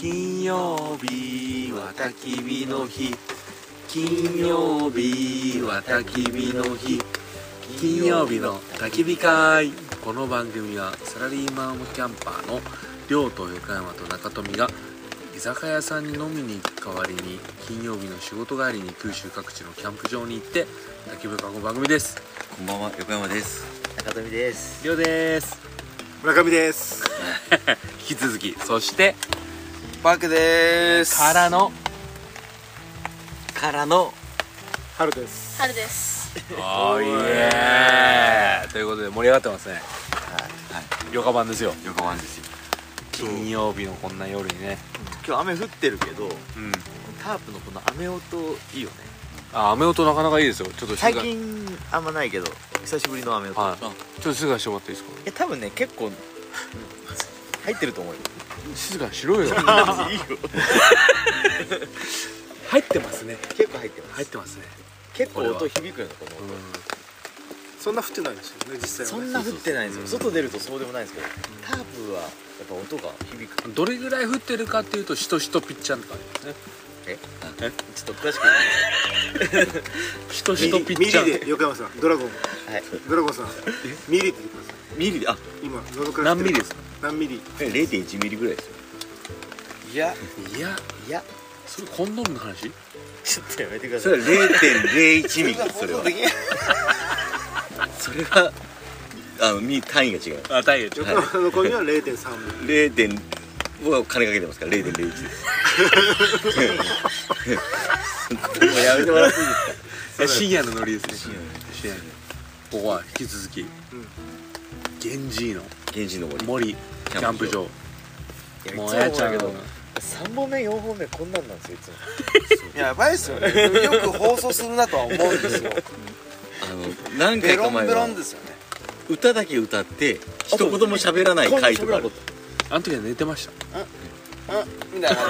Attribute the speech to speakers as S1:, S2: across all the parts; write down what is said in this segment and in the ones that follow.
S1: 金曜日は焚き火の日金曜日は焚き火の日金曜日の焚き火会この番組はサラリーマンキャンパーの亮と横山と中富が居酒屋さんに飲みに行く代わりに金曜日の仕事帰りに九州各地のキャンプ場に行って焚き火を囲む番組です
S2: こんばんは横山です
S3: 中富です
S1: 亮です
S4: 村上です
S1: 引き続きそして
S2: パークです
S1: からの
S3: からの
S4: 春です
S5: 春です。
S1: おーいえということで盛り上がってますねはい旅館版ですよ
S2: 横山ですよ
S1: 金曜日のこんな夜にね
S3: 今日雨降ってるけど
S1: うん
S3: タープのこの雨音いいよね
S1: あ雨音なかなかいいですよちょっと静か
S3: 最近あんまないけど久しぶりの雨音、
S1: はい
S3: い、
S1: ちょっと静かにしてもらっていいですか
S3: や多分ね結構入ってると思うよ
S1: 静かにしろ よ
S3: いいよ
S1: 入ってますね
S3: 結構入ってます、
S1: 入ってますね
S3: 結
S1: こ
S3: 構
S1: れは
S3: 音響くよねこの音、
S4: そんな降ってないですよね実際
S3: そ
S4: はね
S3: んな降ってないんですよ、
S1: うん
S3: 外出るとそうでもないんですけど、タープはやっぱ音が響く
S1: うんどれぐらい降ってるかっていうとしとしとピッチャーって感じですね
S3: ちょっと詳しく言う
S1: しと
S4: ミ
S1: しと
S4: リ
S1: ピ
S4: ミ
S1: ッチャ
S4: リ
S1: ー
S4: で横山さんドラゴン
S3: はい
S4: ドラゴンさんミリって言ってください
S3: ミリであ
S4: 今覗かれてる
S1: 何ミリですか
S4: 何ミリ
S3: 0.1ミリぐらいですよいや
S1: いや
S3: いや
S1: それコンドームの話
S3: ちょっとやめてくだ
S2: そ
S3: さい
S2: れ0.01ミリ それはそれはあのミリ単位が違う
S1: あ大丈
S4: 横山の子には0.3ミリ
S2: 0点僕は金かけてますから0.01ですもうやめてもらっていいです
S1: 深夜のノリですね深夜のここは引き続き源氏の
S2: か源氏の森
S1: 森キャンプ場
S3: い
S1: もう
S3: いつ
S1: やっちゃうけ
S3: 思
S1: ど
S3: 3本目4本目こんなんなんですよいつも
S6: やばいっすよねよく放送するなとは思うんで すよ
S2: あの何
S6: ベ
S2: 回
S6: ロ
S2: か
S6: ン
S2: 前
S6: ベロ
S2: は
S6: ンですよね
S2: 歌だけ歌って一言も喋らない回とかある
S1: あの時は寝てました
S6: みたいな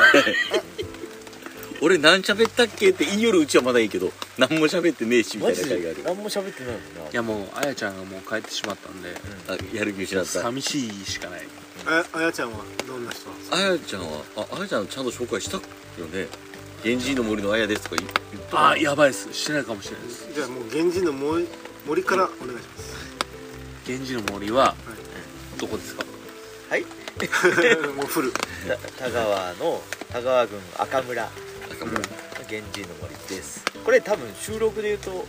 S2: 俺何喋ったっけって言いよるうちはまだいいけど何も喋ってねえしみた
S3: マ
S2: いな
S3: ジ
S2: 回が
S3: で
S2: あ
S3: 何も喋ってないもんない
S1: やもうあやちゃんがもう帰ってしまったんで
S2: るあやる気失った
S1: 寂しいしかない
S4: あやあやちゃんはどんな人なんですか
S2: あやちゃんはああやちゃんちゃんと紹介したよね「源氏の森のあやです」とか言言った
S1: あ
S2: いや
S1: やばいですしてないかもしれないです
S4: じゃあもう源氏の森森からお願いします
S1: 源氏の森はどこですか
S3: はい
S4: もう降る
S3: た田川の田川郡赤村源氏の森ですこれ多分収録で言うと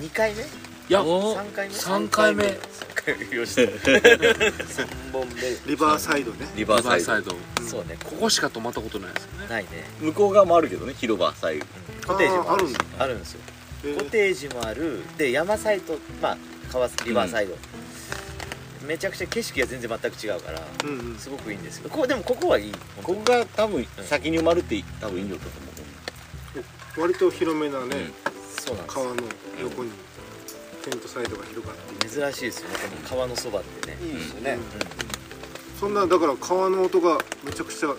S3: 2回 目
S1: いや
S2: お
S3: 3回目
S1: 三回目
S3: 3回目よし3本目
S4: リバーサイドね
S2: リバ
S1: バ
S2: ーサイ
S1: ー
S2: ド
S1: サイド
S3: そうね
S1: ここしか泊まったことないですよね
S3: ないね
S2: 向こう側もあるけどね広場サイド
S3: うんコテージもあるし
S4: あーある
S3: あるんですよ
S4: え
S3: コ
S4: ー
S3: テージもあるで山サイトまあ川リバーサイド、めちゃくちゃ景色が全然全く違うから
S4: うんうん
S3: すごくいいんですよここでもここはいい
S2: ここが多分先に埋まるって多分いいんだと思
S4: 割と広めなね
S2: うん
S3: そうなんですよ
S4: 川の横にテントサイドが広がっていて
S3: 珍しいですよねこの川のそばってね
S6: いいですよね
S4: そんなだから川の音がめちゃくちゃわ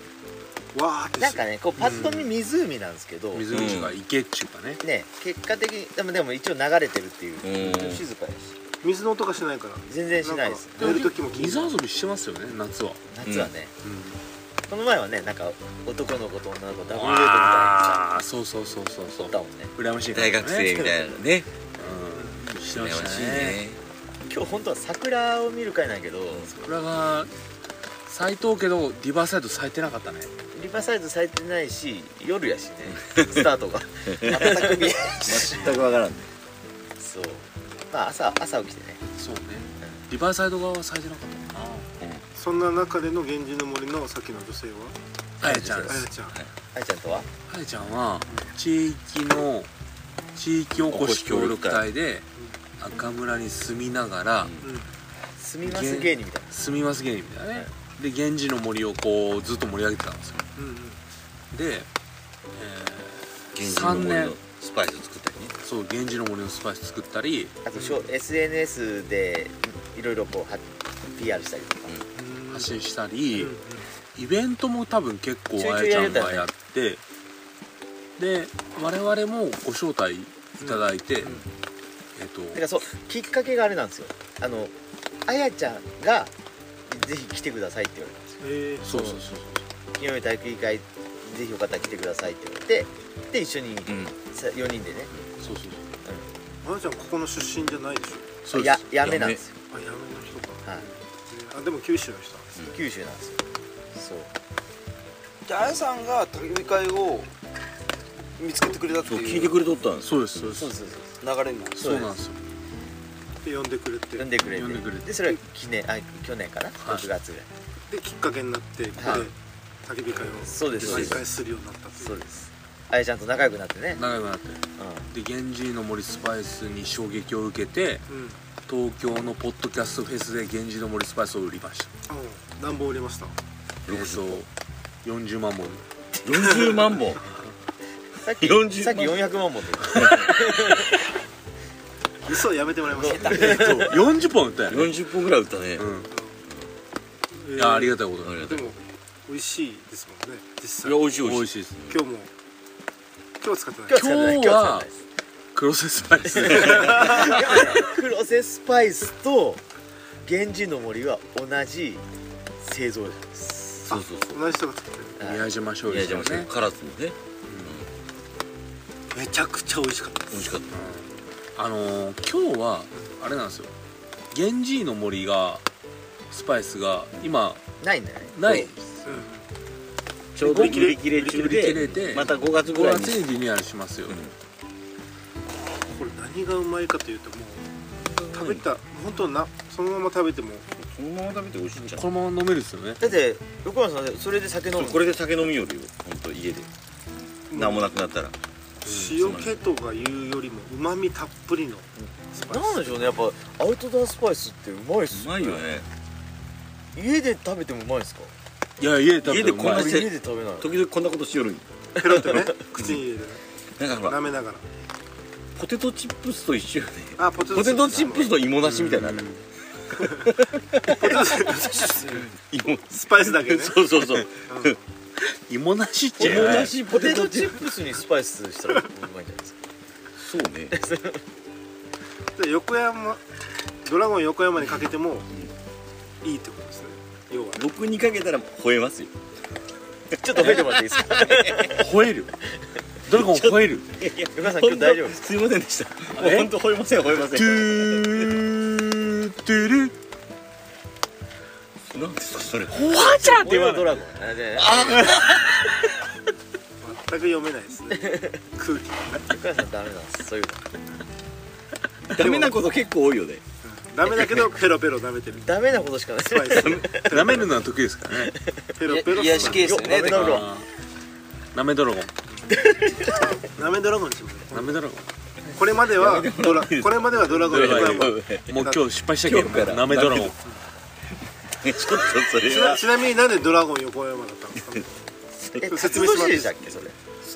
S4: ーって
S3: なん
S4: する
S3: かねこうパッと見湖なんですけど、
S1: 湖が池っちゅうかね
S3: ね結果的にでもでも一応流れてるっていう
S2: う、うん
S3: 静かやし
S4: 水の音がしないから
S3: 全然しないです
S4: なんか寝る時も気に
S1: 水遊びしてますよね夏は
S3: 夏はね、
S1: うん
S3: この前はねなんか男の子と女の子ダブルデートみたいな
S1: ああそうそうそうそうそ
S3: のだ
S1: う
S3: もんね
S1: 羨ましい
S2: 大学生みたいなね
S1: うんしてま
S2: 羨
S1: し
S2: ま
S1: た
S2: しい
S1: ね
S2: ね
S3: 今日本当は桜を見る会なんやけど、
S1: これが咲いとうけどリバーサイド咲いてなかったね
S3: リバーサイドされてないし夜やしねスタート が暖かみ
S2: 全くわからん
S3: そうまあ朝朝起きてね
S1: そうねリバーサイド側は咲いてなかったのか
S4: そんな中での源氏の森のさっきの女性は
S1: なあやちゃんで
S4: あ
S1: す
S4: やちゃん
S3: あいちゃんとは
S1: はやちゃんは地域の地域おこし協力隊で赤村に住みながら
S3: すみます芸人みたい
S1: 住みます芸人みたいなねで源氏の森をこうずっと盛り上げてたんですよ
S4: うんうん
S1: で、えー、
S2: 源氏の
S1: 3
S2: 森
S1: 年
S2: のスパイス作ったりね
S1: そう源氏の森のスパイス作ったり
S3: なあとショー SNS でいろいろこうは PR したりとか
S4: うん
S1: 発信したり、
S4: うんうん
S1: イベントも多分結構
S3: ちょ
S1: あ
S3: いち
S1: やちゃ
S3: ょいや
S1: ん
S3: れたよ
S1: が
S3: ね
S1: やってで我々もご招待いただいて、
S4: ん
S1: えっ、
S3: だからそうきっかけがあれなんですよあのあやちゃんがぜひ来てくださいって言われたんですよ
S4: えー
S1: とそうそうそうそう
S3: 金曜日体育委員会ぜひよかったら来てくださいって言ってで一緒に
S2: うん
S3: さ4人でね
S1: そうそう
S4: まなちゃんここの出身じゃないでしょ
S1: そうそうで
S3: や
S1: す
S3: やめなんですよ、
S4: あ山の人か
S3: はい、
S4: あでも九州の人
S3: 九州なんですよそう
S6: じゃああやさんが焚き火会を見つけてくれたって
S2: そう
S6: い
S2: 聞いうて
S6: 流
S2: くれとったんです
S1: そうですそうです
S3: そうそうそう
S6: れになる
S1: そうなんですよ
S4: で呼んでくれて
S3: 呼んでくれて
S1: 呼んでくれて
S3: でそれは記念あ去年かな、6月ぐらい
S4: できっかけになってここ
S3: はい
S4: で焚き火会を
S3: そうですそうで
S4: 毎
S3: す
S4: 回するようになったと
S3: そ
S4: いうう
S3: ですあやちゃんと仲良くなってね、うん、
S1: 長くなってで源氏の森スパイスに衝撃を受けて
S4: うんうん
S1: 東京のポッドキャストフェスで源氏の森スパイスを売りました
S4: 暖房売れました
S1: えっと40万本
S2: 40万本
S3: さっき
S2: 40万
S3: さっき400万本で
S4: 嘘はやめてもらいました
S1: えっと40本売ったよね
S2: 40本ぐらい売ったね、
S4: え
S1: い
S4: ー
S1: やありがたいこと
S2: ありが
S4: で
S2: とう
S4: も美味しいですもんね実際
S2: いや美味しい美
S1: 美
S2: 味
S1: 味
S2: しい
S1: しいですね
S4: 今日も今日使ってない
S3: 今日は
S1: 今日は黒瀬スパイ ス
S3: 黒瀬スパイスと源氏の森は同じ製造です
S2: そうそうそう
S4: 同じ人が作ってる
S1: 宮島醤
S2: い
S1: 油
S2: や
S1: で
S2: じゃあ
S1: すね
S2: 唐津のね
S4: めちゃくちゃ美味しかった
S2: 美味しかった
S1: あのー今日はあれなんですよ源氏の森がスパイスが今
S3: ないんだよね
S1: ない
S2: ちょうど売り切れ中
S1: 売り切れで
S2: でまた5月ぐ
S1: 5
S2: らい
S1: 月
S2: に
S1: にリニューアルしますよ、
S2: うん
S4: これ何がうまいかというともう食べた本当なそのまま食べても
S2: そのまま食べて美味しいんじゃん
S1: このまま飲めるっすよね
S3: だって横山さんそれで酒飲むの
S2: これで酒飲みよるよ本当家で何もなくなったら
S4: 塩気とかいうよりもうまみたっぷりのスパイ
S3: なんでしょうねやっぱアウトドアスパイスってうまいっす
S2: うまいよね
S3: 家で食べてもうまいっすか
S1: いや家で食べてもうまい
S2: あ家
S3: 俺
S2: せ
S3: 家で食べない
S2: 時々こんなことしよるんよ
S4: スペロってね口に入れる
S2: なんかほら
S4: 舐めなが
S2: ポテトチップスと一緒よね
S4: らあポテ
S2: ポテトチップス
S4: と
S2: と芋なしみたいなのある
S4: ポテトチップス
S2: 芋
S4: スパイスだけね
S2: そうそうそう
S1: 芋なしっちゃ
S2: 芋
S1: 芋
S2: な
S1: なし
S2: しポ
S3: ポ
S2: テ
S3: テ
S2: ト
S3: ト
S2: チ
S3: チ
S2: ッ
S3: ッ
S2: プ
S3: プスにスパイスしたらうまいんじゃないですか
S2: スそうね
S4: で横山ドラゴン横山にかけてもいいってことですね要は
S2: 僕にかけたら吠えますよ
S3: ちょっと食べてもらっていいですか
S1: 吠えるドラゴン吠える
S3: 横山さん今日大丈夫ですか
S2: すいませんでしたもう
S1: え
S2: 本当吠えません吠えま
S1: ト
S2: せん
S1: ゥートゥル
S2: なんですかそれ
S1: おばあちゃんって言
S3: 俺
S1: わな
S3: は
S1: い
S3: ドラゴンあじゃあ
S4: 全く読めないです ね空気
S3: 横山さんダメなんですそういうの
S2: ダメなこと結構多いよね
S4: ダメだけどペロペロ舐めてる
S3: ダメなことしかない
S4: スパ イス
S1: 舐めるのは得意ですからね
S4: ペロペロ
S6: いや癒し系ですよ
S3: よ
S6: ね
S3: ダメだろ
S1: あー舐めドラゴン
S4: 舐めドラゴンにしましょ
S1: 舐めドラゴ
S4: うこれまではドラこれまではドラゴン
S2: ド
S4: 横
S2: ラ
S4: 山
S2: ゴン
S1: ンもう今日失敗したけど
S2: 今日から
S1: 舐めドラゴ
S2: 舐め
S1: ン
S2: ちょっとそれ
S4: ちな
S2: は
S4: ちなみになんでドラゴン横山だったんですか
S3: え、
S4: 説
S3: 説
S4: 明
S3: 明
S4: して
S3: し
S4: もらって
S3: で
S4: いいで
S3: し
S4: す
S3: たっ
S4: か
S3: けそれ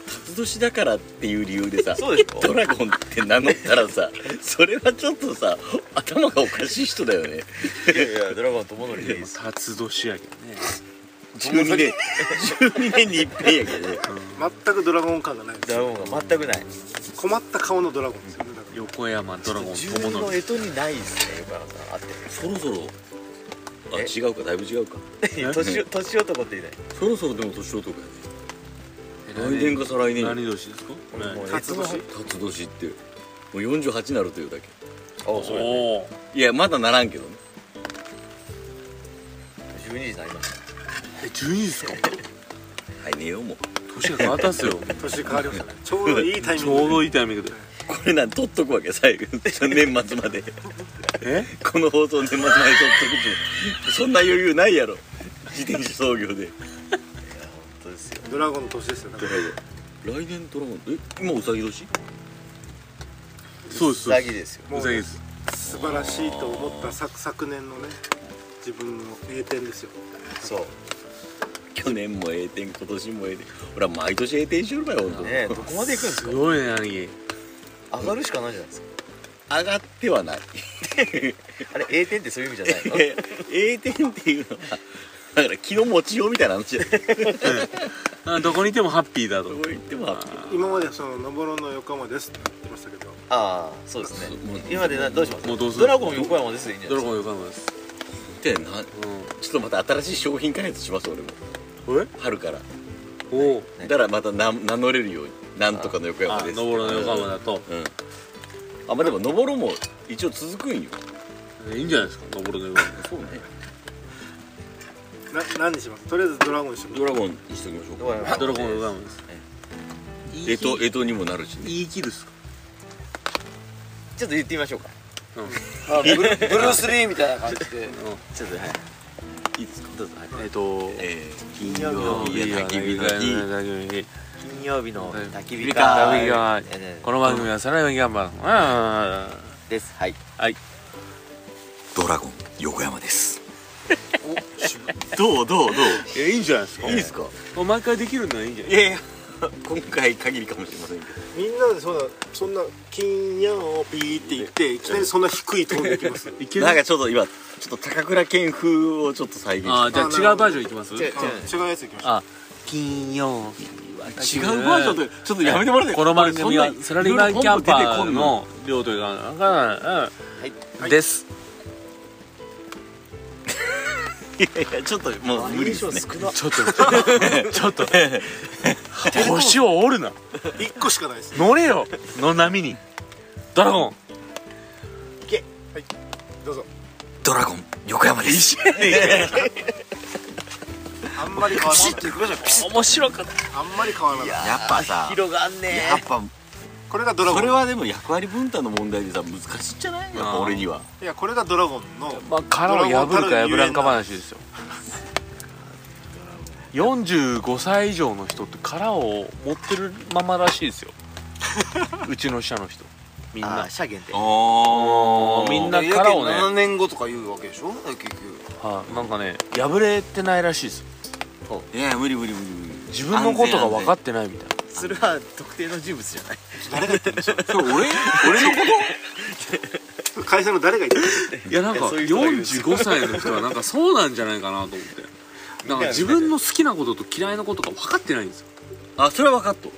S2: 辰年だからっていう理由でさ
S3: そうでしょ
S2: ドラゴンって名乗ったらさそれはちょっとさ頭がおかしい人だよね
S3: いやいやドラゴン友則でいいです
S1: 辰年やけどね
S2: 12年12年に一遍やけどね
S4: 全くドラゴン感がないで
S3: ド
S4: す
S3: ラゴンが全くない
S4: 困った顔のドラゴンですよねだか
S1: 横山ドラゴン
S3: 自
S1: 友
S3: 分の
S1: の
S3: 干支にないですね横山さんあって
S2: そろそろあ
S3: え
S2: 違うかだいぶ違うか
S1: え
S3: 年年男っていない
S2: そろそろでも年男やね来年か再来年
S1: 何年ですか
S3: 俺もう
S4: 辰
S3: 干支
S4: 年
S3: の
S2: 辰年ってもう48になるというだけ
S3: あそう
S1: お
S3: やね
S1: お
S2: いやまだならんけどね
S3: 12時になりまし
S1: え12時ですか
S2: はいねよもう
S1: 年が変わったんすよ
S4: ら年変わりましたねちょうどいいタイミ
S1: ち
S4: ングで
S1: ょうどいいタイミングで
S2: これなん取っとくわけ最 後年末まで
S1: え
S2: この放送年末まで取っとくってそんな余裕ないやろ自転車操業で
S3: たですよ
S4: ドラゴンの年ですよだか
S2: ド
S4: ら
S2: ラゴン来年ドラゴンえ今うさぎ年
S1: そうですそ
S3: う
S1: う
S3: さ
S1: で
S3: ぎ
S1: す
S3: ですよ
S1: うさぎです
S4: 素晴らしいと思った昨昨年のね自分の名店ですよ
S3: そう
S2: 去年も栄転今年も栄転俺は毎年栄転しよるばよ本当に
S3: ねどこまで行くんです
S1: す
S3: か
S1: ごいね兄貴
S3: 上がるしかないじゃないですか
S2: 上がってはない
S3: あれ A 点ってそういう意味じゃないの
S2: え栄転っていうのはだから気の持ちようみたいな話やど
S1: あどこにいてもハッピーだと
S2: こ行ってもハッピー
S4: 今までその「のぼろの横浜です」って言ってましたけど
S3: ああそうですね
S2: もう
S3: 今までなどうします
S1: もうどうする
S3: ドラゴン横山ですでいいんじゃ
S1: ド
S3: な
S1: ラ
S3: い
S1: ゴンよかったです
S2: ってな
S1: うん
S2: ちょっとまた新しい商品開発します俺も春から
S1: おお
S2: だからまた名名乗れるようになんとかの横山
S1: あ
S2: です
S1: 登ろの横浜だと
S2: うんあまあでも登ろも一応続くんよ
S1: いいんじゃないですか登ろの横浜
S2: そうね
S4: な何にしますとりあえずドラゴンにし
S2: ド
S4: よ
S2: ラゴンにしておきましょう
S3: どう
S2: か
S3: やら
S1: ドラゴンの横浜ですい
S2: え
S1: い
S2: と
S1: 木
S2: えとにもなるしね
S1: いい木ですか
S3: ちょっと言ってみましょうか
S6: あブルブルース・リーみたいな感じで
S3: ちょっとはい
S2: いいですか
S3: どうぞはい
S1: えっと
S2: え
S3: 金曜日の
S2: いや焚き火の日
S1: 日
S3: 金曜日の焚き火会
S1: 焚き火会
S3: えー
S1: この番組はサラダギャンバーうん
S3: ですはい
S2: ードラゴン横山ですどうどうどう
S1: いやいいんじゃないですか
S2: いいですか
S1: もう毎回できるのはいいんじゃない
S2: いやいや今回限りかもしれませんけど
S4: うみんなでそんなそんな金曜日って言っていきなりそんな低いトーンでいきます
S1: いける
S2: なんかちょっと今ちょっと高倉健風をちょっと再現
S1: あ
S2: し
S1: ーじゃあ違うバージョンいきます
S3: 違う
S4: うん違うやついきましょう
S1: あ金曜日は
S2: て違うバージョンとちょっとやめてもらっていい
S1: この番組は
S2: そんな
S1: サラリーマンキャンパー
S2: いろ
S1: の両手がなんかうんです
S2: いろ出てこんのいやいやちょっともう無理ですね
S1: ちょっとちょっと星を折るな
S4: 一個しかないです
S1: 乗れよの波にドラゴン
S4: いけはいどうぞ
S2: ドラゴン横山です
S4: あんまり変わらない
S1: 面白かった
S4: あんまり変わらない
S2: やっぱさ
S3: 広がんね
S2: やっぱ
S4: これがドラゴ
S2: それ
S4: ン
S2: はでも役割分担の問題でさ難しいんじゃないやっぱ俺にはい
S4: やこれがドラゴンの
S1: まあ、殻を破るか破らんか話ですよ45歳以上の人って殻を持ってるままらしいですようちの社の人みん
S3: あ
S1: な
S3: ー、車検で
S2: あ
S1: みんな殻をね
S6: だけど7年後とか言うわけでしょ結局
S1: はいなんかね破れてないらしいですよ
S2: いや無理無理無理無理
S1: 自分のことが分かってないみたいな
S3: それは特定の人物じゃない
S2: それ俺俺のこ
S4: 会社の誰が言ってる
S1: いやなんか
S3: そういう人がいるんです
S1: 45歳の人はなんかそうなんじゃないかなと思ってなんか自分の好きなことと嫌いなことが分かってないんですよ
S2: とあそれは分かっと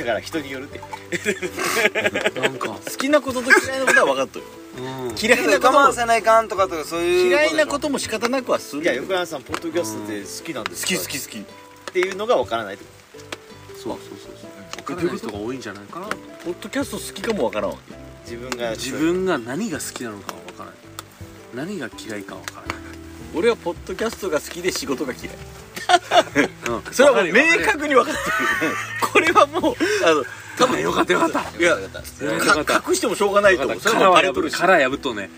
S3: だから人によるって
S1: なんか
S2: 好きなことと嫌いなことは分かっとよ
S1: うん
S2: 嫌いなこと
S6: 我慢
S2: も
S6: せないかんとかとかそういう
S2: 嫌いなこととも仕方なくはする
S3: いや横山さんポッドキャストで好きなんで
S2: 好
S3: す
S2: き
S3: か
S2: 好き好き
S3: っていうのがわからないってこ
S1: そうそうそうそう分からない人が多いんじゃないかなと
S2: ポッドキャスト好きかもわからんわ
S3: と自分が
S1: 自分が何が好きなのかは分からない何が嫌いかは分からない
S2: 俺はポッドキャストが好きで仕事が嫌い
S1: うん
S2: それはもう明確に分かってるこれはもうあの多分
S1: よかったよかった
S2: いや
S1: よかった
S2: か隠してもしょうがないと思うそれはバレとるし
S1: 殻破っとね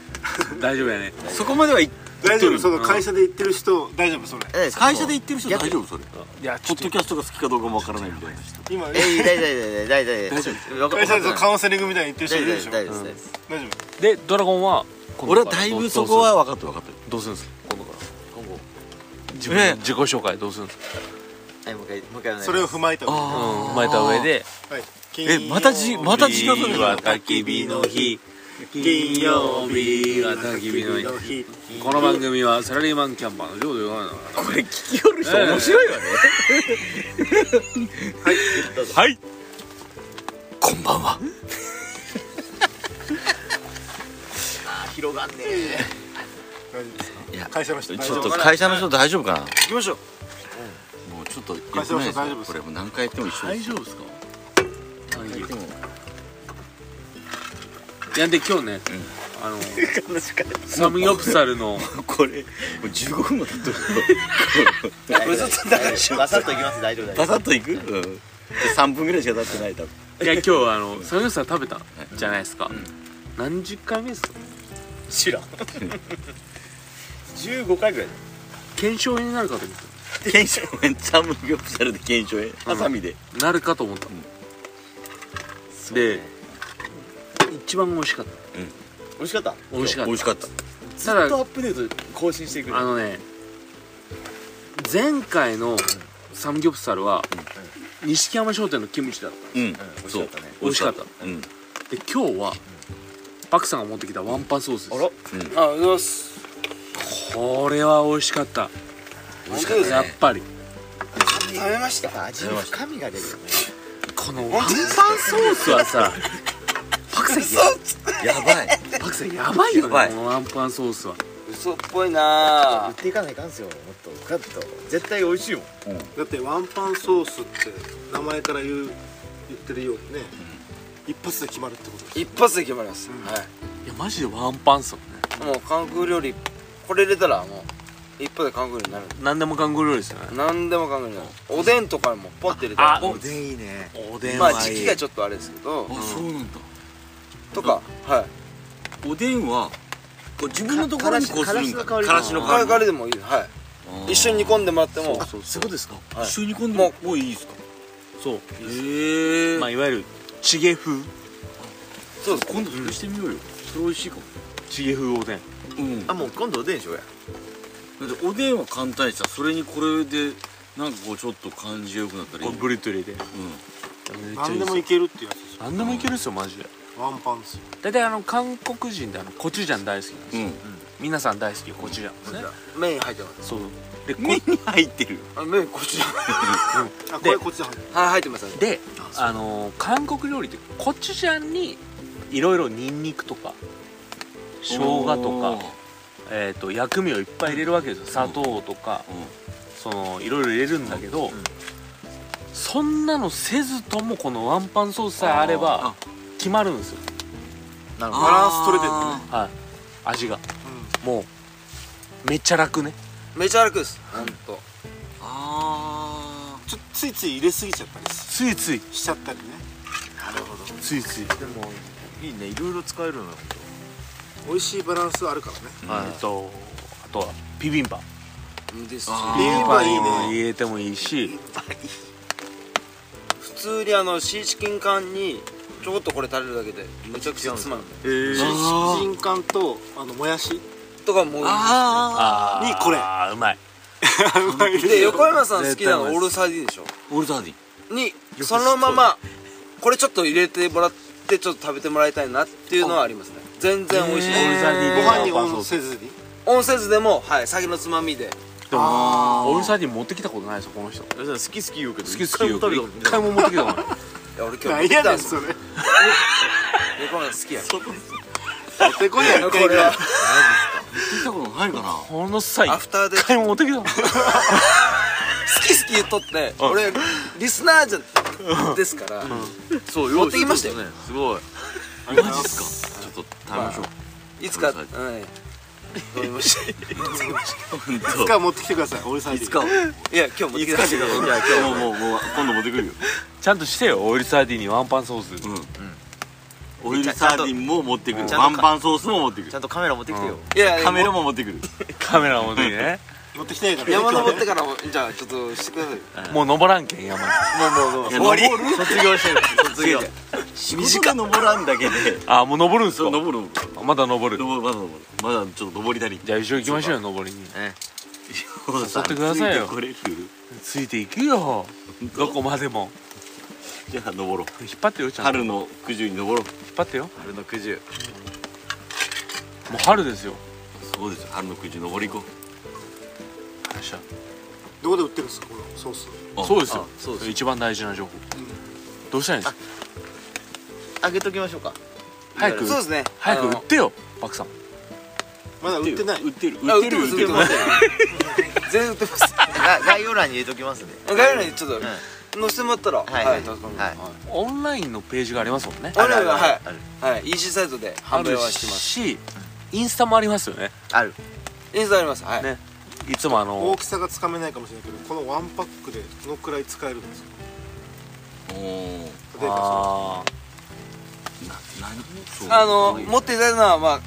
S1: 大丈夫やね
S2: そこまでは言っ
S4: 大丈夫そ
S2: そ
S4: の会社で言ってる人大丈夫それ
S2: 会社で言ってる人大丈夫それポ
S1: いやちょっ
S2: ッドキャストが好きかどうかもわからないみたいな人
S4: 今
S3: え大丈夫大丈夫大丈夫
S4: 会社でそのカウンセリングみたいに言ってる人いるでしょ大
S3: 丈夫です
S4: 丈夫
S1: とでドラゴンは今
S2: 俺
S1: 度
S2: は
S1: から
S2: だい
S1: どう
S2: ぶそこは分かってる分かってる
S1: どうするんですか今度から
S3: 今後
S1: 自分
S2: ええ
S1: の自己紹介どうするんですか
S3: はいもう一回もう一回お願いします
S4: それを踏まえた上
S1: う
S2: あ
S1: ん踏まえた上で
S4: で
S2: えまたじまた違うそれ
S1: き火の日金曜日は焚き火の日この番組はサラリーマンキャンパーの領土よ
S2: これ聞きよる人面白いわねはいはいこんばんは
S3: 広がんね
S4: 大丈夫です
S2: いや
S4: か会社の人
S2: ち
S4: 大
S2: ょ
S4: 丈
S2: っ
S4: 夫
S2: と会社の人大丈夫かな
S4: 行きましょう
S2: もうちょっとよくない
S4: 会社の人大丈夫
S2: で
S4: ですす
S2: かこれもう何回やっても一緒で
S1: 大
S2: す
S1: 丈夫ですか
S2: 何回やっても
S1: いやで今日ねあのサムギョプサルの
S2: これもう15分も経 ってる
S3: これちょっと大丈夫バサッといきます大丈夫大丈
S2: バサッといく、うん、3分ぐらいしか経ってない多分
S1: いや今日あのサムギョプサル食べたじゃないですか何十回目ですか
S3: 夫知らん 15回ぐらい
S1: 検証になるかと思っ
S2: 検証炎サムギョプサルで検証炎ハサミで、
S1: たなるかと思った、で一番美味しかった
S3: 美味しかった
S1: 美味しかっ
S2: 美味しかった
S1: た
S3: ず
S1: た
S3: っとア
S1: だ
S3: ップデート更新していく
S1: あのね前回のサムギョプサルは錦山商店のキムチだっ
S2: うん
S3: 美味し
S2: そ
S3: か
S2: う
S3: ったね
S1: 美味しかった
S2: うん
S1: たで今日はパクさんが持ってきたワンパンソースで
S3: あ
S1: す
S3: ら
S6: あありがとうございます
S1: これは美味しかった
S6: 美味しかったね
S1: やっぱり
S6: 食べました
S3: 味に深みが出るよね
S1: このワンパンソースはさパクさんや
S2: やばい
S1: パクさんやばいよ
S2: やば
S1: ね
S2: い
S1: このワンパンソースは
S6: 嘘っぽいな
S3: 言っていかないかんすよもっとガッと絶対美味しいよ
S4: だってワンパンソースって名前から言う言ってるようにね、一発で決まるってことです
S6: 一発で決まります、はい
S1: やマジでワンパンっすもんね
S6: もう韓国料理これ入れたらもう一発で韓国料理になる
S1: 何でも韓国料理ですよね
S6: 何でも韓国料理になるおでんとかもポッて入れた
S1: あ
S6: ら
S1: お
S3: 全員いいね
S1: おでん
S6: ま
S1: は
S6: あ時期がちょっとあれですけど
S2: あそうなんだ
S6: とかはい
S2: おでんはこう自分のところにこうするんだ
S3: から
S1: からしの
S6: カ
S1: 香
S6: レ
S1: り
S6: ーカレーでもいいですはい一緒に煮込んでもらっても
S1: そうそうですか
S6: はい
S2: 一緒に込んでももういいですか
S1: そう
S2: へえ
S1: まあいわゆるチゲ風
S6: そうです
S2: 今度それしてみようよそれ美味しいかも
S1: チゲ風おでん
S2: うん
S3: あもう今度おでんでしょうや
S2: だっておでんは簡単やしさそれにこれでなんかこうちょっと感じが良くなったらいい
S1: これブリット入れて
S4: 何でもいけるっていうやつですよ
S1: 何でもいけるっすよマジで
S4: ワンパンですよ
S1: 大体あの韓国人であのコチュジャン大好きなんです
S2: う
S1: よ
S2: ん
S1: 皆さん大好きコチュジャンですね
S6: 麺入ってます
S1: そうでこ
S2: 目に入ってる
S6: あ麺こっちだ
S4: あこれこっちで入る
S6: はい入ってます
S1: であのー韓国料理ってコチュジャンにいろいろニンニクとか生姜とか、えー、と薬味をいっぱい入れるわけですよ砂糖とか、そのいろいろ入れるんだけど、そんなのせずともこのワンパンソースさえあれば決まるんですよ、
S3: なる
S2: バ
S3: ほど
S4: ランス取れてるね
S1: はい、味がもうめっちゃ楽ね
S6: めちゃ楽ですほんと
S2: あ
S4: ちょっとついつい入れすぎちゃったりし
S1: ついつい
S4: しちゃったりね
S1: ついつい、
S3: でもいいねいろいろ使えるのよ
S4: 美味しいバランスあるからね
S1: えっとあとはビビンバ
S6: です
S2: あ
S4: ビビンバいい
S1: も
S4: ね
S1: 入れてもいいし
S6: 普通にあのシーチキン缶にちょこっとこれ垂れるだけでめちゃくちゃつまむ
S2: へえ
S4: 新人感とあのもやし
S6: とかもう
S2: あ
S1: あー
S4: にこれ
S1: あーうまい
S6: で横山さん好きなの
S1: 絶
S6: オ
S1: 対うまいです
S6: ールサーディンでしょ
S2: ーオルダーディ
S6: にそのままこれちょっと入れてもらってちょっと食べてもらいたいなっていうのはありますね全然美味しい
S2: へー
S1: オルザディ
S4: ご飯に
S1: ワンパン
S4: オン
S1: ソース
S4: せずに
S6: オンせずでもはい酒のつまみで
S1: でも
S2: ー
S1: オルサディン持ってきたことないですよこの人好
S3: 好き好き言うけど
S1: き好きよ
S3: 一回も食
S1: 一回も持
S3: べたことない
S1: ってきたことない
S6: いや俺今日
S4: 何やねん
S6: す
S4: そ
S6: よ
S4: れ
S6: 横山さん好きや
S4: 持 ってこいや一回
S6: こ
S4: ぐ
S6: れ
S4: ら
S6: はい
S2: 聞いたことないかな
S1: この際
S6: アフターで
S1: 一回も持ってきたことない
S6: 好き好き言っとって俺リスナーじゃですから
S2: そう
S6: 持ってきましたよ
S2: ねすごいマジっすかちょっと食べましょう
S6: いつか
S2: ごめんな
S6: はい飲みました
S2: 本
S4: いつかは持ってきてくださいオールサイズ
S2: か
S6: いや今日持ってきたけど
S2: いや今日もうもうもう今度持ってくるよ
S1: ちゃんとしてよオイルサーディンにワンパンソース、
S2: オイルサーディンも持ってくる
S3: ちゃんと
S2: ワンパンソースも持ってく
S3: ちゃ
S2: る
S3: んとカメラ持ってきてよ
S6: いや
S2: カメ
S6: も
S2: ラも持ってくる
S1: カメラ持ってきてね
S4: 持ってきてないから
S6: う山登っ
S4: ね
S6: てからもじゃあちょっとしてくださいよ
S1: もう登らんけん山に
S6: もうもうもう
S2: 終
S6: 終わり
S2: 卒業してる卒 業仕事で登らんだけで
S1: あーもう登るんす
S2: そう
S1: か
S2: 登る
S1: まだ登る
S2: 登るまだ登るまだちょっと登りたり
S1: じゃあ一緒に行きましょうよ登りに
S2: 誘
S1: 誘ってくださいよ
S2: これる
S1: ついていくよどこまでも
S2: じゃあ登ろう
S1: 引っ張ってよちゃんと
S2: 春の九十に登ろう
S1: 引っ張ってよも
S3: 春の九十
S1: う春ですよ
S2: そうですよ春の九十登り行こ
S1: よっしゃ
S4: どこで売ってるんですかこのソース
S2: う
S1: そうですよ
S3: あそうです
S1: 一番大事な情報、どうしたらいいんですか
S3: あげときましょうか
S1: 早く
S6: そうですね
S1: 早く
S6: あ
S1: 売
S6: の
S1: ってよバクさん
S4: まだ売ってない
S2: 売ってる
S6: あ
S2: 売ってる売ってる
S6: ます全然売ってます
S3: が概要欄に入れときますね
S6: 概要欄にちょっと
S3: ん
S6: 載せてもらったら
S3: はい
S6: 助かりま
S3: は
S6: す
S3: い
S1: オンラインのページがありますもんね
S6: あるあるはい
S3: ある
S6: はいイージーサイトで販売はしてます
S1: しインスタもありますよね
S3: ある
S6: インスタありますはい
S1: ねいつもあの
S4: 大きさがつかめないかもしれないけどこのワンパックでどのくらい使えるんですか
S2: おー
S4: 例えば
S1: あ
S2: な何そう
S6: あの持っていただいたのはまあ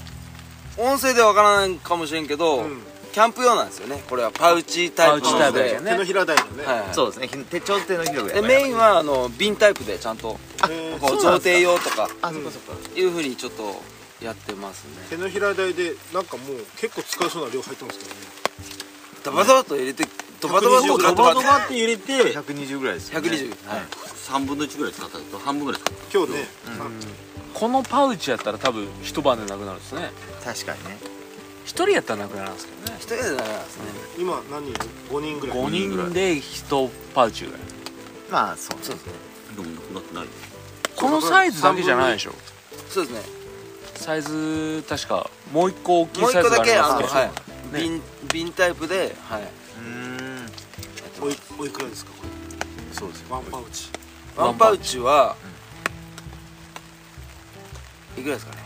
S6: 音声でわからないかもしれんけ
S4: そ
S6: ど
S4: のうん
S6: キャンプ用なんですよねこれはパウチタイプ
S1: パウチタイプだよ
S6: で
S1: ね
S4: 手のひら台のね
S6: はい
S3: そうですねひ手帳手のひらぐら
S6: で
S3: い
S6: メインはあの瓶タイプでちゃんと
S4: えー
S6: こう贈呈用とか
S3: あそっかそっか
S6: いうふうにちょっとやってますね
S4: 手のひら台でなんかもう結構使えそうな量入ってますけどね
S6: ドバドバと入れてドバドバ
S2: そ
S6: と
S2: う
S6: カ
S2: ド
S6: ット
S2: バ
S6: カッ
S2: ド
S6: ト
S2: バって入れて
S3: 120ぐらいですよね
S6: 120はい
S2: 三分の一ぐらい使ったと半分ぐらい使っ
S4: 今日ね
S1: ーこのパウチやったら多分一晩でなくなるんですね
S3: 確かにね
S1: 一人やったらなくなるんですけどね
S6: 一人じゃないですね
S4: 今何人5人ぐらい
S1: 5人で1パウチぐらい
S3: まあそうね
S6: そうですね
S2: たでもなくなってない
S1: このサイズだけじゃないでしょ
S6: そうですね
S1: サイズ確かもう一個大きい
S6: もう
S1: サ
S6: 一
S1: イズ
S6: 個
S1: が
S6: だ
S1: あり
S6: けあ
S1: ます
S6: の
S1: けど
S6: はい瓶瓶タイプではい
S3: うん
S4: おいおいくらですかこれ
S6: そうです
S4: ワンパウチ
S6: ワンパウチは、いくらですかね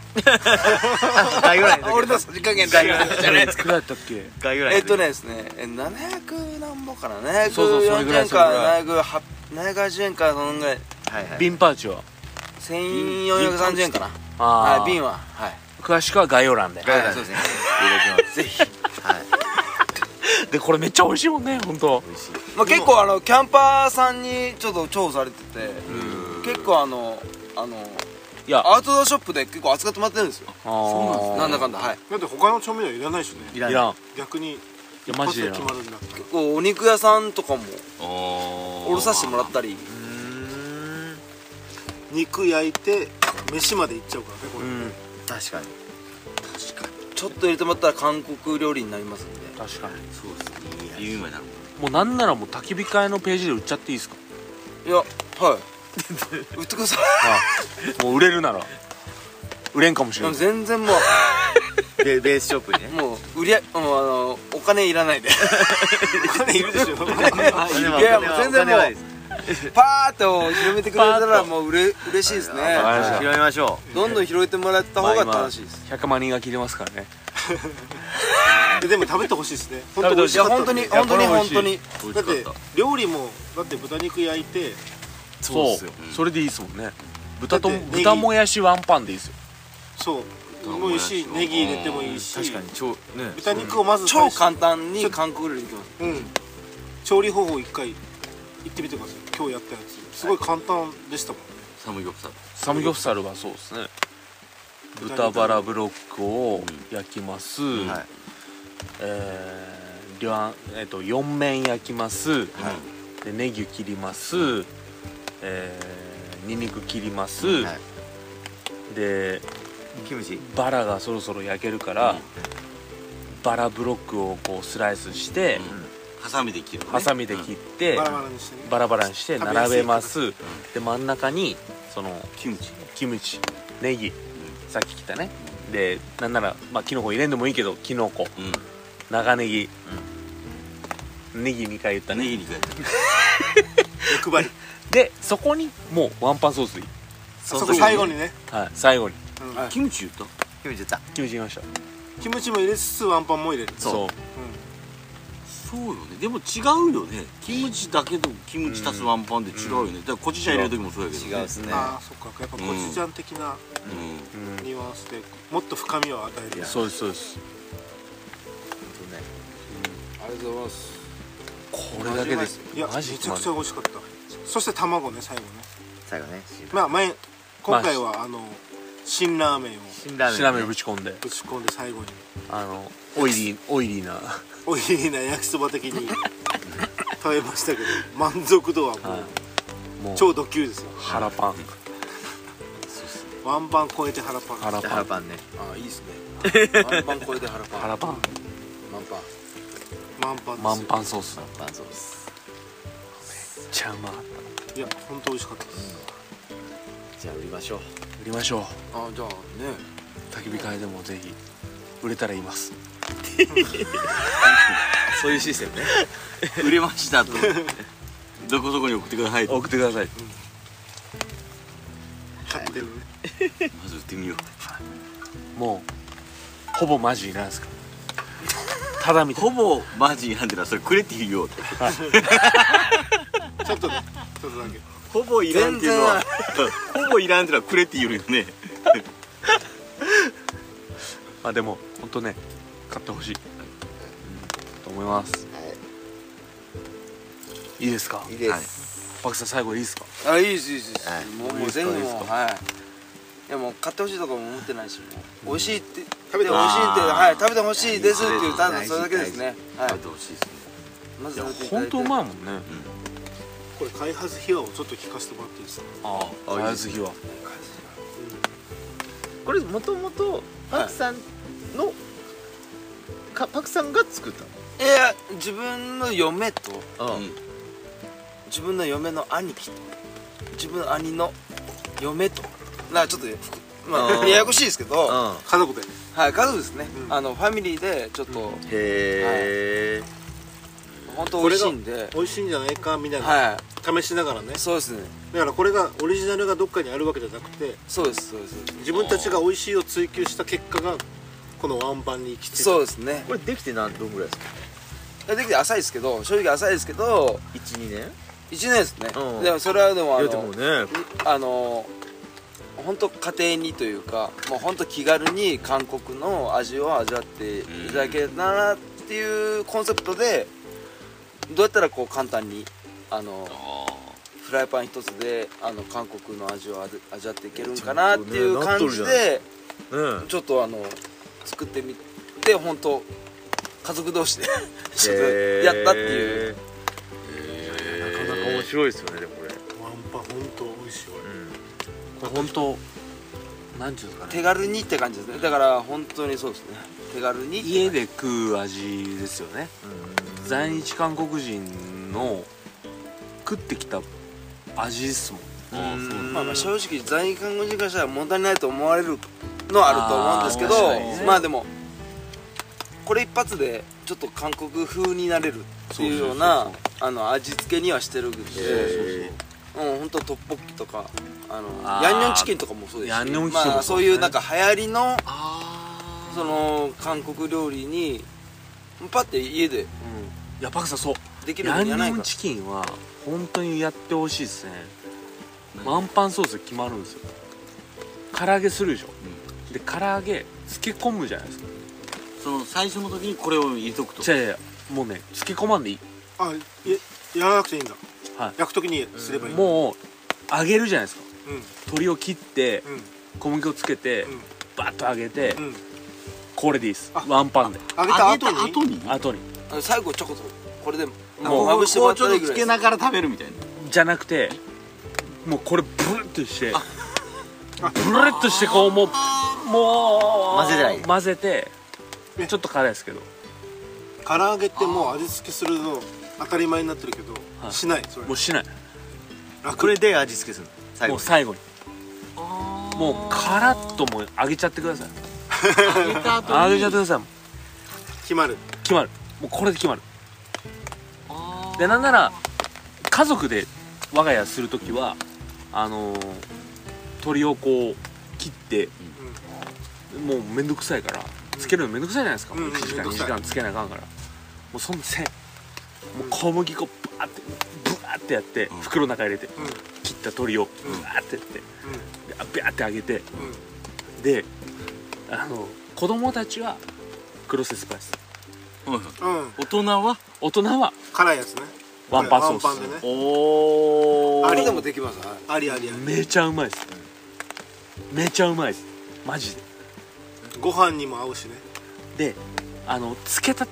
S3: 概要欄 に
S6: 俺のさじ加減大丈夫じゃないですか
S1: くらやったっけ
S3: 概要欄
S6: え
S3: に
S6: っとねですねえ700何本かな740
S1: そうそうそれぐらい
S6: 円
S1: それぐ
S6: から780円からそのぐ
S3: は
S6: らい
S3: いはい
S1: 瓶パウチは
S6: 1430円かな
S1: あ
S6: はい
S1: あ
S6: 瓶ははい
S1: 詳しくは概要欄で
S3: 概要欄にね入れておきます
S6: ぜひ
S3: はい
S1: でこれめっちゃ美味しいもんね本当
S3: 美味しい
S6: まあ結構あのキャンパーさんにちょっと重宝されてて結構あのあの
S1: いや
S6: アウトドアショップで結構扱ってもらってるんですよ
S1: そうなん
S6: なんだかんだはい
S4: だって他の調味料いらないし
S3: い
S4: ね
S3: ら
S1: いら
S3: なん
S1: い
S4: 逆に
S1: や
S4: 一
S1: マジ
S4: 発
S1: でい
S4: で
S1: らん
S4: 決まるんだって
S6: 結構お肉屋さんとかも
S2: お
S6: おろさせてもらったり
S3: うーん
S4: 肉焼いて飯までいっちゃうからねこれ、
S6: うん
S3: 確かに
S6: ちょっと入れてもらったら韓国料理になりますんで
S1: 確かに
S3: そうですね
S2: 有名なの
S1: もうなんならもう焚き火会のページで売っちゃっていい ですか
S6: いやはい売ってくださ
S1: もう売れるなら売れんかもし
S6: い
S1: れ
S6: でも
S1: ない
S6: 全然もう
S3: ベベースショップにね
S6: もう売りゃもうあのお金いら ないで
S4: お金いるでし
S3: い
S4: ょ
S6: いやもう全然もうパーッと広めてくれた
S1: パーッ
S6: らもううれ嬉しいですね
S1: わかりました
S3: 広めましょ
S6: どんどん広げてもらった方が楽しいです
S1: 100万人が聞いてますからね
S4: ででも食べてほしいですね本
S1: 食べてほし
S6: いや本当
S4: に
S6: に
S4: だ
S6: 本当に
S1: いやこれ美
S6: 本
S1: 味しい
S6: 当に
S2: 美味しか
S4: っ
S2: って
S4: 料理もだって豚肉焼いて
S1: そう
S3: そうっすよ
S1: それでいいですもんね豚と
S4: だってネギ
S1: 豚もやしワンパンでいいですよ
S4: そうもいいしネギ入れてもいいした
S3: 確かに超ね
S4: 豚肉をまず
S6: 超
S4: 最
S6: 簡単に韓国料理できます
S4: 初うん調理方法一回行ってみてください今日やったやつすごい簡単でしたもんね
S2: サムギョプサル
S1: サムギョプサルはそうですね豚バラブロックを焼きます、
S3: はい
S1: えー両あんえっと4面焼きます、でネギ切りますえーニンニク切ります、
S3: はい
S1: で
S3: キムチ
S1: バラがそろそろ焼けるから、バラブロックをこうスライスして、
S2: ハサミで切るのね
S1: ハサミで切って、
S4: バラバラにしてね
S1: バラバラにして
S4: 食べや
S1: 並
S4: すい
S1: べますで真ん中にその
S2: キムチ
S1: キムチネギさっき切ったねでなんならまあキノコ入れんでもいいけどキノコ
S2: うん
S1: 長ネギ、ネギ2回言った
S2: ネギ
S1: ね
S2: に変え
S4: 欲張り
S1: でそこにもうワンパンソースでいい、
S4: そこ最後にね
S1: はい、最後に
S4: うん
S2: たキムチ言った
S3: キムチ言った
S1: キムチ入れました
S4: キムチも入れつつワンパンも入れる
S1: そう
S2: そうよねでも違うよねキムチだけとキムチ足すワンパンで違うよねだからコチュジャン入れる時もそうやけどね
S3: 違うっすね
S4: ああそっかやっぱコチュジャン的な
S2: うん
S1: うん
S4: ニュアンスでもっと深みを与える
S1: そうですそうです
S6: ありがとうございます
S1: これだけです
S4: いやめ
S1: マ
S4: ち
S1: ジ
S4: ゃ
S1: 決ま
S4: く
S1: ん
S4: ち
S1: な
S4: ゃ
S1: い
S4: 美味しかったそして卵ね最後ね
S3: 最後ね
S4: まあ前今回はあの辛ラーメンを
S3: 辛ラーメン
S1: シラメぶち込んで
S4: ぶち込んで最後に
S1: あのオイリーオイリーな
S4: オイリーな焼きそば的に食べましたけど満足度はも
S1: は
S4: う
S1: もう
S4: 超ド級ですよ
S1: 腹パン
S4: ワンパン超えて腹パン
S1: 腹
S3: じ
S1: パ
S3: ゃあ腹
S1: ン
S3: パンね
S6: ああいいですねワンパンこれで腹パン
S1: 腹パン
S6: ワンパン
S4: 満パンですよ
S1: 満パンソースめっ
S3: パンソース
S1: ちゃうまかっ
S4: いや本当美味しかったです
S3: じゃあ売りましょう
S1: た売りましょう
S6: あじゃあね
S1: 焚き火会でもぜひ売れたら言います
S3: そういうシステムね
S2: 売れましたとどこそこに送ってくださいと
S1: 送ってください
S4: 買ってるね
S2: まず売ってみよう
S1: もうほぼマジなんですかただみたい
S2: ほぼマジなんでなそれくれって言うよ
S4: ちょっとねちょっとだけ
S2: ほぼいらんっていうのはほぼいらんっていうのはくれって言うよね
S1: まあでも本当ね買ってほしい、と思います、い、いですか
S3: いいです
S1: パクさん最後いいですか
S6: あいいですいいです、
S3: はい
S6: もうもう全部もうはいいやもう買ってほしいとかも思ってないしもう美味しいって食べて美味しいって
S2: あー
S6: はい食べてほしいですっていうただ
S3: 大事
S6: それだけですねはい
S2: 食べてほしいですね
S6: まず食べていただ
S1: 本
S6: いて
S1: 当うまいもんね
S4: これ開発秘話をちょっと聞かせてもらっていいですか
S1: ああ早次は
S3: これもともとパクさんのかパクさんが作った
S6: いや自分の嫁と
S3: の
S2: うん
S6: 自分の嫁の兄貴と自分の兄の嫁となんかちょっとふくま
S3: う
S6: あ
S3: ん
S6: ややこしいですけど
S3: う
S4: 家族で
S6: はい家族ですね、
S4: うん
S6: あのファミリーでちょっと、
S3: へえ
S6: 本当美味しいんで
S4: 美味しいんじゃないかみたいな
S6: は
S4: 試しながらね
S6: いそうですね
S4: だからこれがオリジナルがどっかにあるわけじゃなくて
S6: そうですそうですそうです
S4: 自分たちが美味しいを追求した結果がこのワンパンに行き着いた
S6: そうですね
S3: これできて何どんぐらいですか
S6: できて浅いですけど正直浅いですけど
S3: 12年
S6: 1年ですね、
S3: うん
S6: でもそれはでもあ
S3: い
S6: の
S3: やでもね
S6: あの本当家庭にというかもう本当気軽に韓国の味を味わっていただけたらなっていうコンセプトでどうやったらこう簡単にあの
S2: あ
S6: フライパン一つであの韓国の味を味味わっていけるんかなっていう感じで
S3: うん
S6: ちょっとあの作ってみて本当家族同士でちょっとやったっていう
S3: うなかなか面白いですよねでもこれ
S4: ワンパン本当美味しい俺
S1: これ本当なんていうんですかね
S6: 手軽にって感じですねだから本当にそうですね手軽にって
S1: 家で食う味ですよね在日韓国人の食ってきた味ですもん
S2: あそう
S6: まあ、まあ正直在日韓国人からしたら問題ないと思われるのはあると思うん
S2: あー
S6: です
S2: 確
S6: け
S2: か
S6: ど
S2: にね
S6: まあでもこれ一発でちょっと韓国風になれるっていうようなあの味付けにはしてるんで
S3: へ
S6: うん本当トッポッキとかあの
S1: あー
S6: ヤンニョンチキンとかもそうですし
S1: ヤンニョンチキンもそうですね
S6: まあ、そういうなんか流行りの
S1: あ
S6: その韓国料理にパッて家で
S1: うんいやパクさんそう
S6: できる
S1: ヤ
S6: ん
S1: ンニ
S6: じゃない
S1: ョ
S6: か
S1: ンチキンは本当にやってほしいですねワンパンソース決まるんですよ唐揚げするでしょ、で唐揚げ漬け込むじゃないですか
S2: その最初の時にこれを入れとくと
S1: じゃあもうね漬け込まんでいい
S4: あえやらなくていいんだ、
S1: はい
S4: 焼くときにすればいいうん
S1: もう揚げるじゃないですか
S4: うん
S1: 鶏を切って小麦をつけて、
S4: うん
S1: バッと揚げて、
S4: うん
S1: これでいいです
S4: あ
S1: ワンパンで
S4: 揚げた
S2: 揚
S4: 後
S2: げた
S4: に
S2: 後に
S1: 後に
S6: あの最後ちょこっとこれで
S1: もう
S6: まぶしてもら
S2: 包
S6: った
S2: 丁
S6: ら
S2: で
S6: いい
S2: つ
S6: ぐらいで
S2: け
S6: す
S2: ながら食べるみたいな
S1: じゃなくてもうこれブルッとしてブルッとしてこうもうもう
S3: 混ぜない
S1: 混ぜて
S4: え
S1: ちょっと辛いですけど
S4: 唐揚げってもう味付けするの当たり前になってるけど、
S1: はい
S4: しないそれ
S1: もうしない
S4: 楽
S3: これで味付けするの最
S1: も
S3: 後
S1: う
S3: に
S1: 最後にもうカラッともう揚げちゃってください
S2: 揚げた後
S1: 揚
S2: に
S1: げちゃってください
S4: 決まる
S1: 決まるもうこれで決まるでなんなら家族で我が家する時はあのー鶏をこう切って、もうめんどくさいからつけるのめんどくさいじゃないですか、
S4: うん
S1: もう1時間
S4: めんど
S1: 2
S4: く
S1: 時
S4: さい
S1: 間つけなあかんからもうそんなせんもう小麦粉バーってブワーってやって、袋の中入れて、
S4: ん
S1: 切った鶏をブワーってやって、であビャーって揚げて
S4: うんうん
S1: であの子供たちはクロセスパイス
S2: うん
S4: うん、
S2: 大人は
S1: 大人は
S4: 辛いやつね
S1: ワンパンソース
S4: ワンパンでね
S2: おお
S4: あ
S6: あ
S4: り
S6: れでもできますはい
S4: ありありあり
S1: めちゃうまいですめちゃうまいですマジ
S4: ご飯にも合うしね
S1: でであの漬けた唐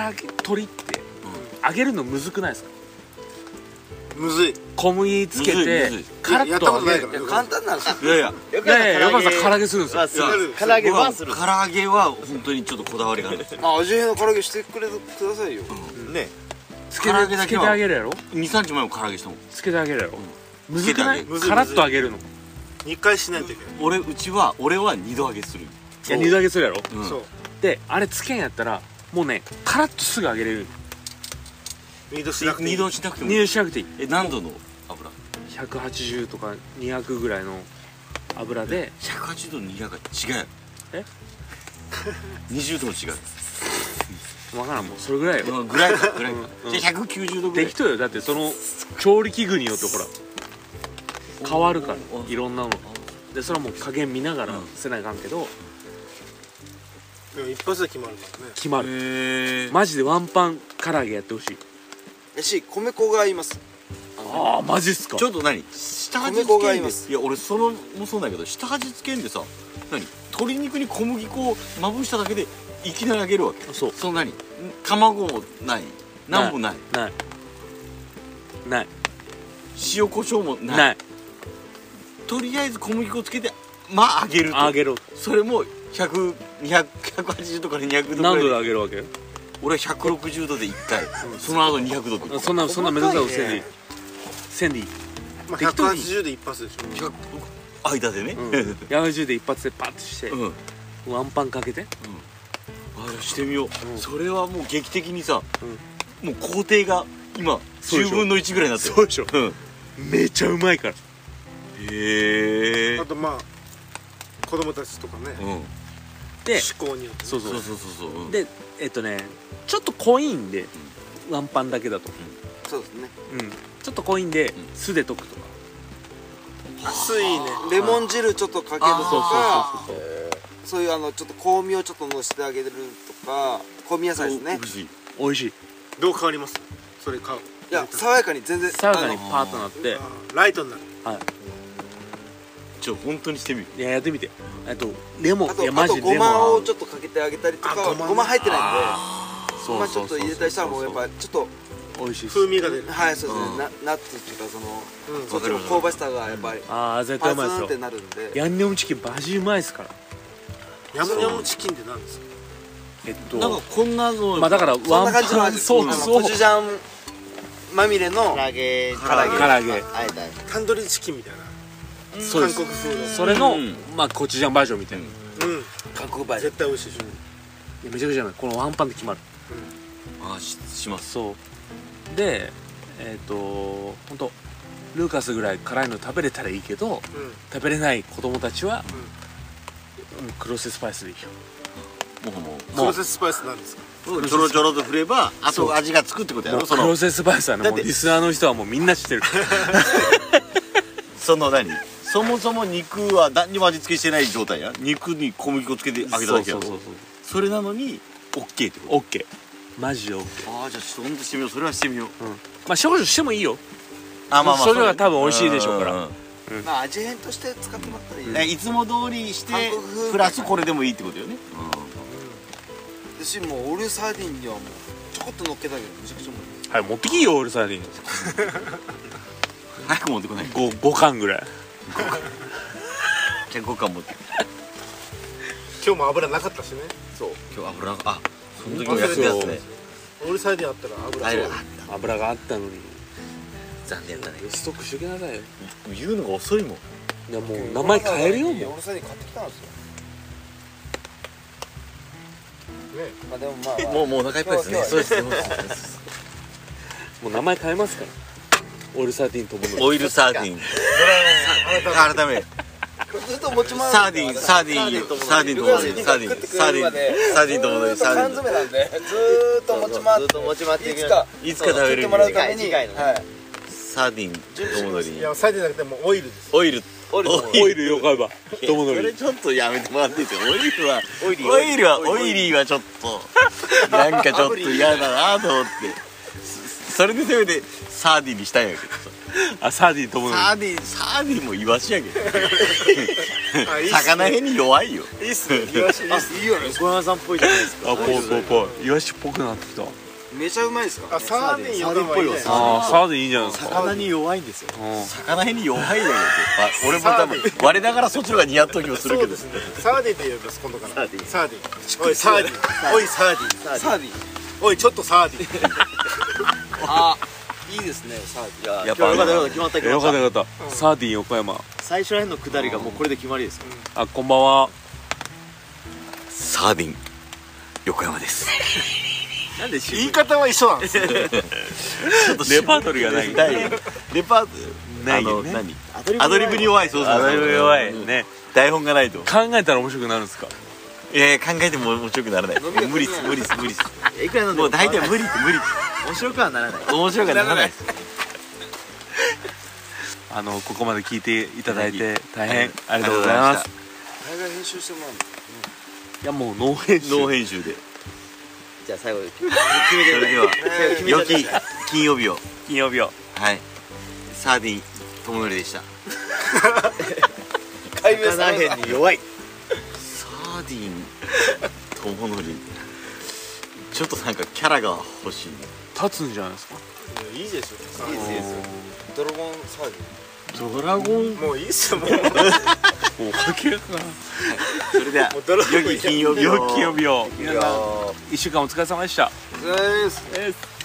S1: 揚げ鶏って揚げるのむずくないですか
S4: むずい
S1: 小麦つけ
S2: むずい
S1: て
S2: むずい
S1: カラ
S4: や
S1: ッ
S4: った
S1: と
S4: こ
S1: 揚
S4: と
S1: げ
S4: ない
S1: る
S4: から
S6: いや簡単なんですよ
S2: いやいや
S3: よ
S1: いやいや山田さん唐揚げするんですよ
S3: はする
S4: いや
S3: 唐揚げはする
S2: 僕は唐揚げは本当にちょっとこだわりがあるんですよ
S6: あ味変の唐揚げしてくれくださいよ
S3: ね
S1: つけ
S2: 唐揚
S1: て
S2: げだ
S1: つ
S2: け
S1: け
S2: は
S1: てあげるやろ
S2: 23日前も唐揚げしたもん
S1: つけてあげるやろむずくない
S2: つけてあげる
S4: むずい
S1: カラッと揚げるのい
S4: 2回しないといけない、
S2: 俺うちは俺は二度揚げする
S1: や二度揚げするやろ
S2: うん
S4: そう
S1: であれつけんやったらもうねカラッとすぐ揚げれる
S4: 二度しなくてい
S2: 二
S4: い
S2: 度しなくても
S1: 入手しなくていい
S2: え何度の油
S1: 180とか200ぐらいの油で
S2: 180度の200が違う
S1: え
S2: 20度も違う
S1: わからんもうそれぐらいよ
S2: うんぐらいかぐらいか
S1: うん
S2: じゃあ190度ぐらい
S1: できとるよだってその調理器具によってほら変わるから
S2: おー
S1: いろんなのでそれはもう加減見ながら
S2: うん
S1: せないかんけど
S4: でも一発で決まるからね
S1: 決まる
S2: へえ
S1: マジでワンパン唐揚げやってほしい
S6: やし米粉がいます
S1: ああマジっすか
S2: ちょっと何下味
S6: 米粉
S2: 付
S6: が
S2: け
S6: い
S2: んで
S6: ます
S2: すいや俺そのもそうだけど下味付けんでさ何鶏肉に小麦粉をまぶしただけでいきなり揚げるわけ
S1: そう
S2: その何ん卵もない何もない
S1: ないない
S2: 塩コショウもない
S1: ない
S2: とりあえず小麦粉つけてまあ揚げると
S1: 揚げろ
S2: それも100280度から200度ぐら
S1: 何
S2: い
S1: 度
S2: で
S1: で揚げるわけ
S2: 俺は160度で1回その後200度で
S1: そんなそんな目指さをせんでいいせんでいい
S4: まあ、
S2: 適当に
S4: 180で一発でしょ
S2: 100間でね
S1: うんやわじゅうで一発でパッとして
S2: うん
S1: ワンパンかけて
S2: あれしてみよう、
S1: うん
S2: それはもう劇的にさ、
S1: う
S2: もう工程が今
S1: そうで
S2: 10
S1: しょ
S2: 分の1ぐらいになってる
S1: そうでしょ
S2: うん
S1: めちゃうまいから
S2: へえ
S4: あとまあ子供たちとかね
S2: うん
S1: で
S4: 思考によってね
S1: そう
S2: そう
S1: そう
S2: そうそうそう、うん、
S1: でえっとねちょっと濃いんでワンパンだけだと
S6: そうですね
S1: うんちょっと濃いんで
S2: ん
S1: 酢で溶くとか
S4: 熱いね
S6: レモン汁ちょっとかけると
S1: あ
S6: か
S1: ーそうそうそうそう
S6: そういうあのちょっと香味をちょっとのせてあげるとか香味野菜ですね
S2: 美味しい
S1: 美味しい
S4: どう変わりますそれ買う
S6: いや爽やかに全然
S1: サウナに
S6: あの
S1: パーッとなって
S4: あーライトになる
S2: ちょ本当にしてみる
S1: いややってみてあとレモ
S6: あ
S1: ンい
S6: と
S1: や
S6: あ
S1: マジ
S6: と
S1: で
S6: ご
S1: レモン
S6: ま
S1: 合
S6: を
S1: う
S6: ちょっとかけてあげたりとか
S4: あごまね
S6: ごま入ってないんでご
S1: そ
S6: ま
S1: う
S6: ち
S1: そ
S6: ょ
S1: う
S6: っと
S1: そう
S6: 入れたりしたらもうやっぱちょっと
S1: 美味しいっす
S4: 風味が出る
S6: はいそうです
S2: うん
S6: ねなナッツっていうかその
S4: うん
S6: そっちの香ばしさがやっぱり
S1: ああ絶
S6: パ
S1: 対
S6: ズ
S1: うまい
S6: ーン
S1: です
S6: って
S1: よ
S6: なるんで
S1: ヤンニョムチキンマジうまいっすから
S4: ヤムヤムチキンって何ですか
S1: えっ
S2: なんか
S1: と
S2: こんなの
S1: まあだから
S6: そん
S1: ワ
S6: な
S1: ンパ
S6: 感じの
S1: ン
S6: 味
S1: ソー
S6: あ
S1: スを
S6: のコチュジャンまみれの
S3: 唐揚げ
S4: 唐揚
S1: 唐揚
S4: げ
S1: げ
S3: あえたい
S4: タンドリーチキンみたいな
S1: そうで
S4: 韓
S1: す
S4: 国風の
S1: それの
S2: うん
S1: まあコチュジャンバージョンみたいな
S4: うん
S6: 韓国バージョン
S4: 絶対美味しいでしょ
S1: いやめちゃくちゃうまいこのワンパンで決まる
S2: あしします
S1: そうでえっ、と本当ルーカスぐらい辛いの食べれたらいいけど
S4: うん
S1: 食べれない子供たちは、うんクロススパイスでいいよ
S2: もうも
S4: プロセススパイスなんですか
S2: うちょろちょろと振ればあと味がつくってことや
S1: も
S2: ろ
S1: う
S2: そ
S1: クロ
S2: の
S1: セススパイスはね
S2: だっ
S1: もう
S2: て
S1: リスナーの人はもうみんな知ってる
S2: その何そもそも肉は何にも味付けしてない状態や肉に小麦粉つけて揚げただけや
S1: そうそ
S2: ろ
S1: うそう
S2: それなのに OK ってこ
S1: オッケーマジで OK
S2: とああじゃあちょっとほんとしてみようそれはしてみよう
S1: まあ少女してもいいよ
S2: あ
S1: まあまあそれは多分美味しいでしょうから
S2: んん
S6: まあ味変として使ってもらったらいい
S2: うん
S6: で
S2: ねいつも通りして
S6: 韓国風
S2: プラスこれでもいいってことよね
S6: すしもうオールサーディンにはもうちょこっと乗っけたけどめちゃくちゃうまい
S1: はい持ってきいよオールサーディン
S2: 早く持ってこない
S1: 5, 5缶ぐらい
S2: じゃあ5巻持って
S4: 今日も油なかったしね
S2: そう今日油があその
S4: 忘
S2: 時も
S4: れて
S2: 安いやつね
S4: オールサイディンあったら油
S2: あ
S4: そう
S1: 油があったのに
S2: 残念だね
S1: ストックしときなさいよ
S2: 言うのが遅いもん
S1: いやもう名前変えるよ
S6: オ
S1: も
S6: ールサーディン買ってきたんですよ
S4: ね
S6: まあでもまあまあ
S2: もうもうお腹いっぱいですね
S6: そう
S2: ですね
S1: うもう名前変えますからオールサーディンともの
S2: オイルサーディン改め
S6: ずっと持ち回る
S2: サーディンサーディンサーディンとものにサーディンサーディンサーディンとものにサーディン
S6: ずっと缶詰なんでずーっと持ち回って
S3: ずっと持ち回ってい
S6: い
S3: く
S6: つか
S2: いつか食べれる
S6: もらうために
S3: 次回のね
S6: はい
S2: サーディンともの
S4: い
S2: に
S4: やサイディンじゃなくてもうオイルです
S2: オイル
S3: オイルとも
S1: オイルよ 買えばともの
S2: それ
S1: り
S2: ちょっとやめてもらっていいですかオイルは
S3: オイリー
S2: オイルはオイリーはちょっとなんかちょっと嫌だなと思って そそれでせめてサーディンにしたんやけどさ
S1: あサーディンとものり
S2: サーディンサーディンもイワシやけど
S4: あいいっす
S2: 魚へに弱いよ
S4: いいっすねイワシいいっす
S6: いいよね
S3: 横山さんっぽいじゃないですか
S1: あ、ぽいぽいぽい。イワシっぽくなってきた。
S6: めちゃうまいですから
S4: あ
S6: ね
S4: サーディンよりもいいね
S1: ああ、サーディンいいんじゃないですか。
S3: 魚に弱いんですよ
S2: 魚へに弱いやけどあ俺も多分我ながらそっちの方が似合っとる気もする
S4: そ
S2: け
S4: う
S2: ど
S4: ですねサーディンって言うんです今度からサ
S3: ーディン
S4: サーディンおいサーディンおいサーディン
S6: サーディン
S4: おいちょっとサーディン
S6: あいいですねサーディン
S3: いや
S2: や
S3: や
S2: っ
S3: っ
S2: ぱ
S3: ぱよかったよかった決まった
S1: い
S3: 決
S1: や
S3: ま
S1: よか
S3: っ
S1: ったよかった。サーディン横山。
S3: た最初らへんの下りがもうこれで決まりですよ
S1: あ、こんばんは。
S2: サーディン横山 ですなんで
S4: 言い方は一緒なんですよ
S1: レパートリーがない
S2: レパートリー
S1: ないよね
S2: あの何
S3: アドリブ
S2: アドリブに弱いそうそうそううん
S1: ね。
S2: 台本がないと
S1: 考えたら面白くなるんですか。
S2: いやいや考えても面白くならない
S6: 飲みが
S2: 無理っす無理っす無理っす
S3: いくら飲んでも
S2: もう大体無
S3: 理
S2: 理って無理っ
S3: 面白くはならない
S2: す面白くはならない
S1: あの、ここまで聞いていただいて、大変あ
S2: あ
S1: りがとうございます。
S6: 大概編集してもらうの
S1: いや、もうノー編集。
S2: ノー編集で
S3: じゃあ最後決
S2: それでは
S3: めて
S2: 良き金曜日を
S1: 金曜日を。
S2: はいサーディン友則でした
S6: 解明
S3: 魚
S6: され
S3: へんに弱い
S2: サーディン友則ちょっとなんかキャラが欲しいね
S1: 立つんじゃないですか。
S4: いいでしょサーデ
S6: いいですよドラゴンサーデ
S2: ドラゴン
S4: ィンもういいっすよもう
S1: もう、かけるかな。
S2: それでは
S4: もうドラゴン
S2: 良き金曜日を
S1: 金曜日を。
S6: ィン
S1: 皆さん、一週間お疲れ様でした。
S6: うわーす
S1: えー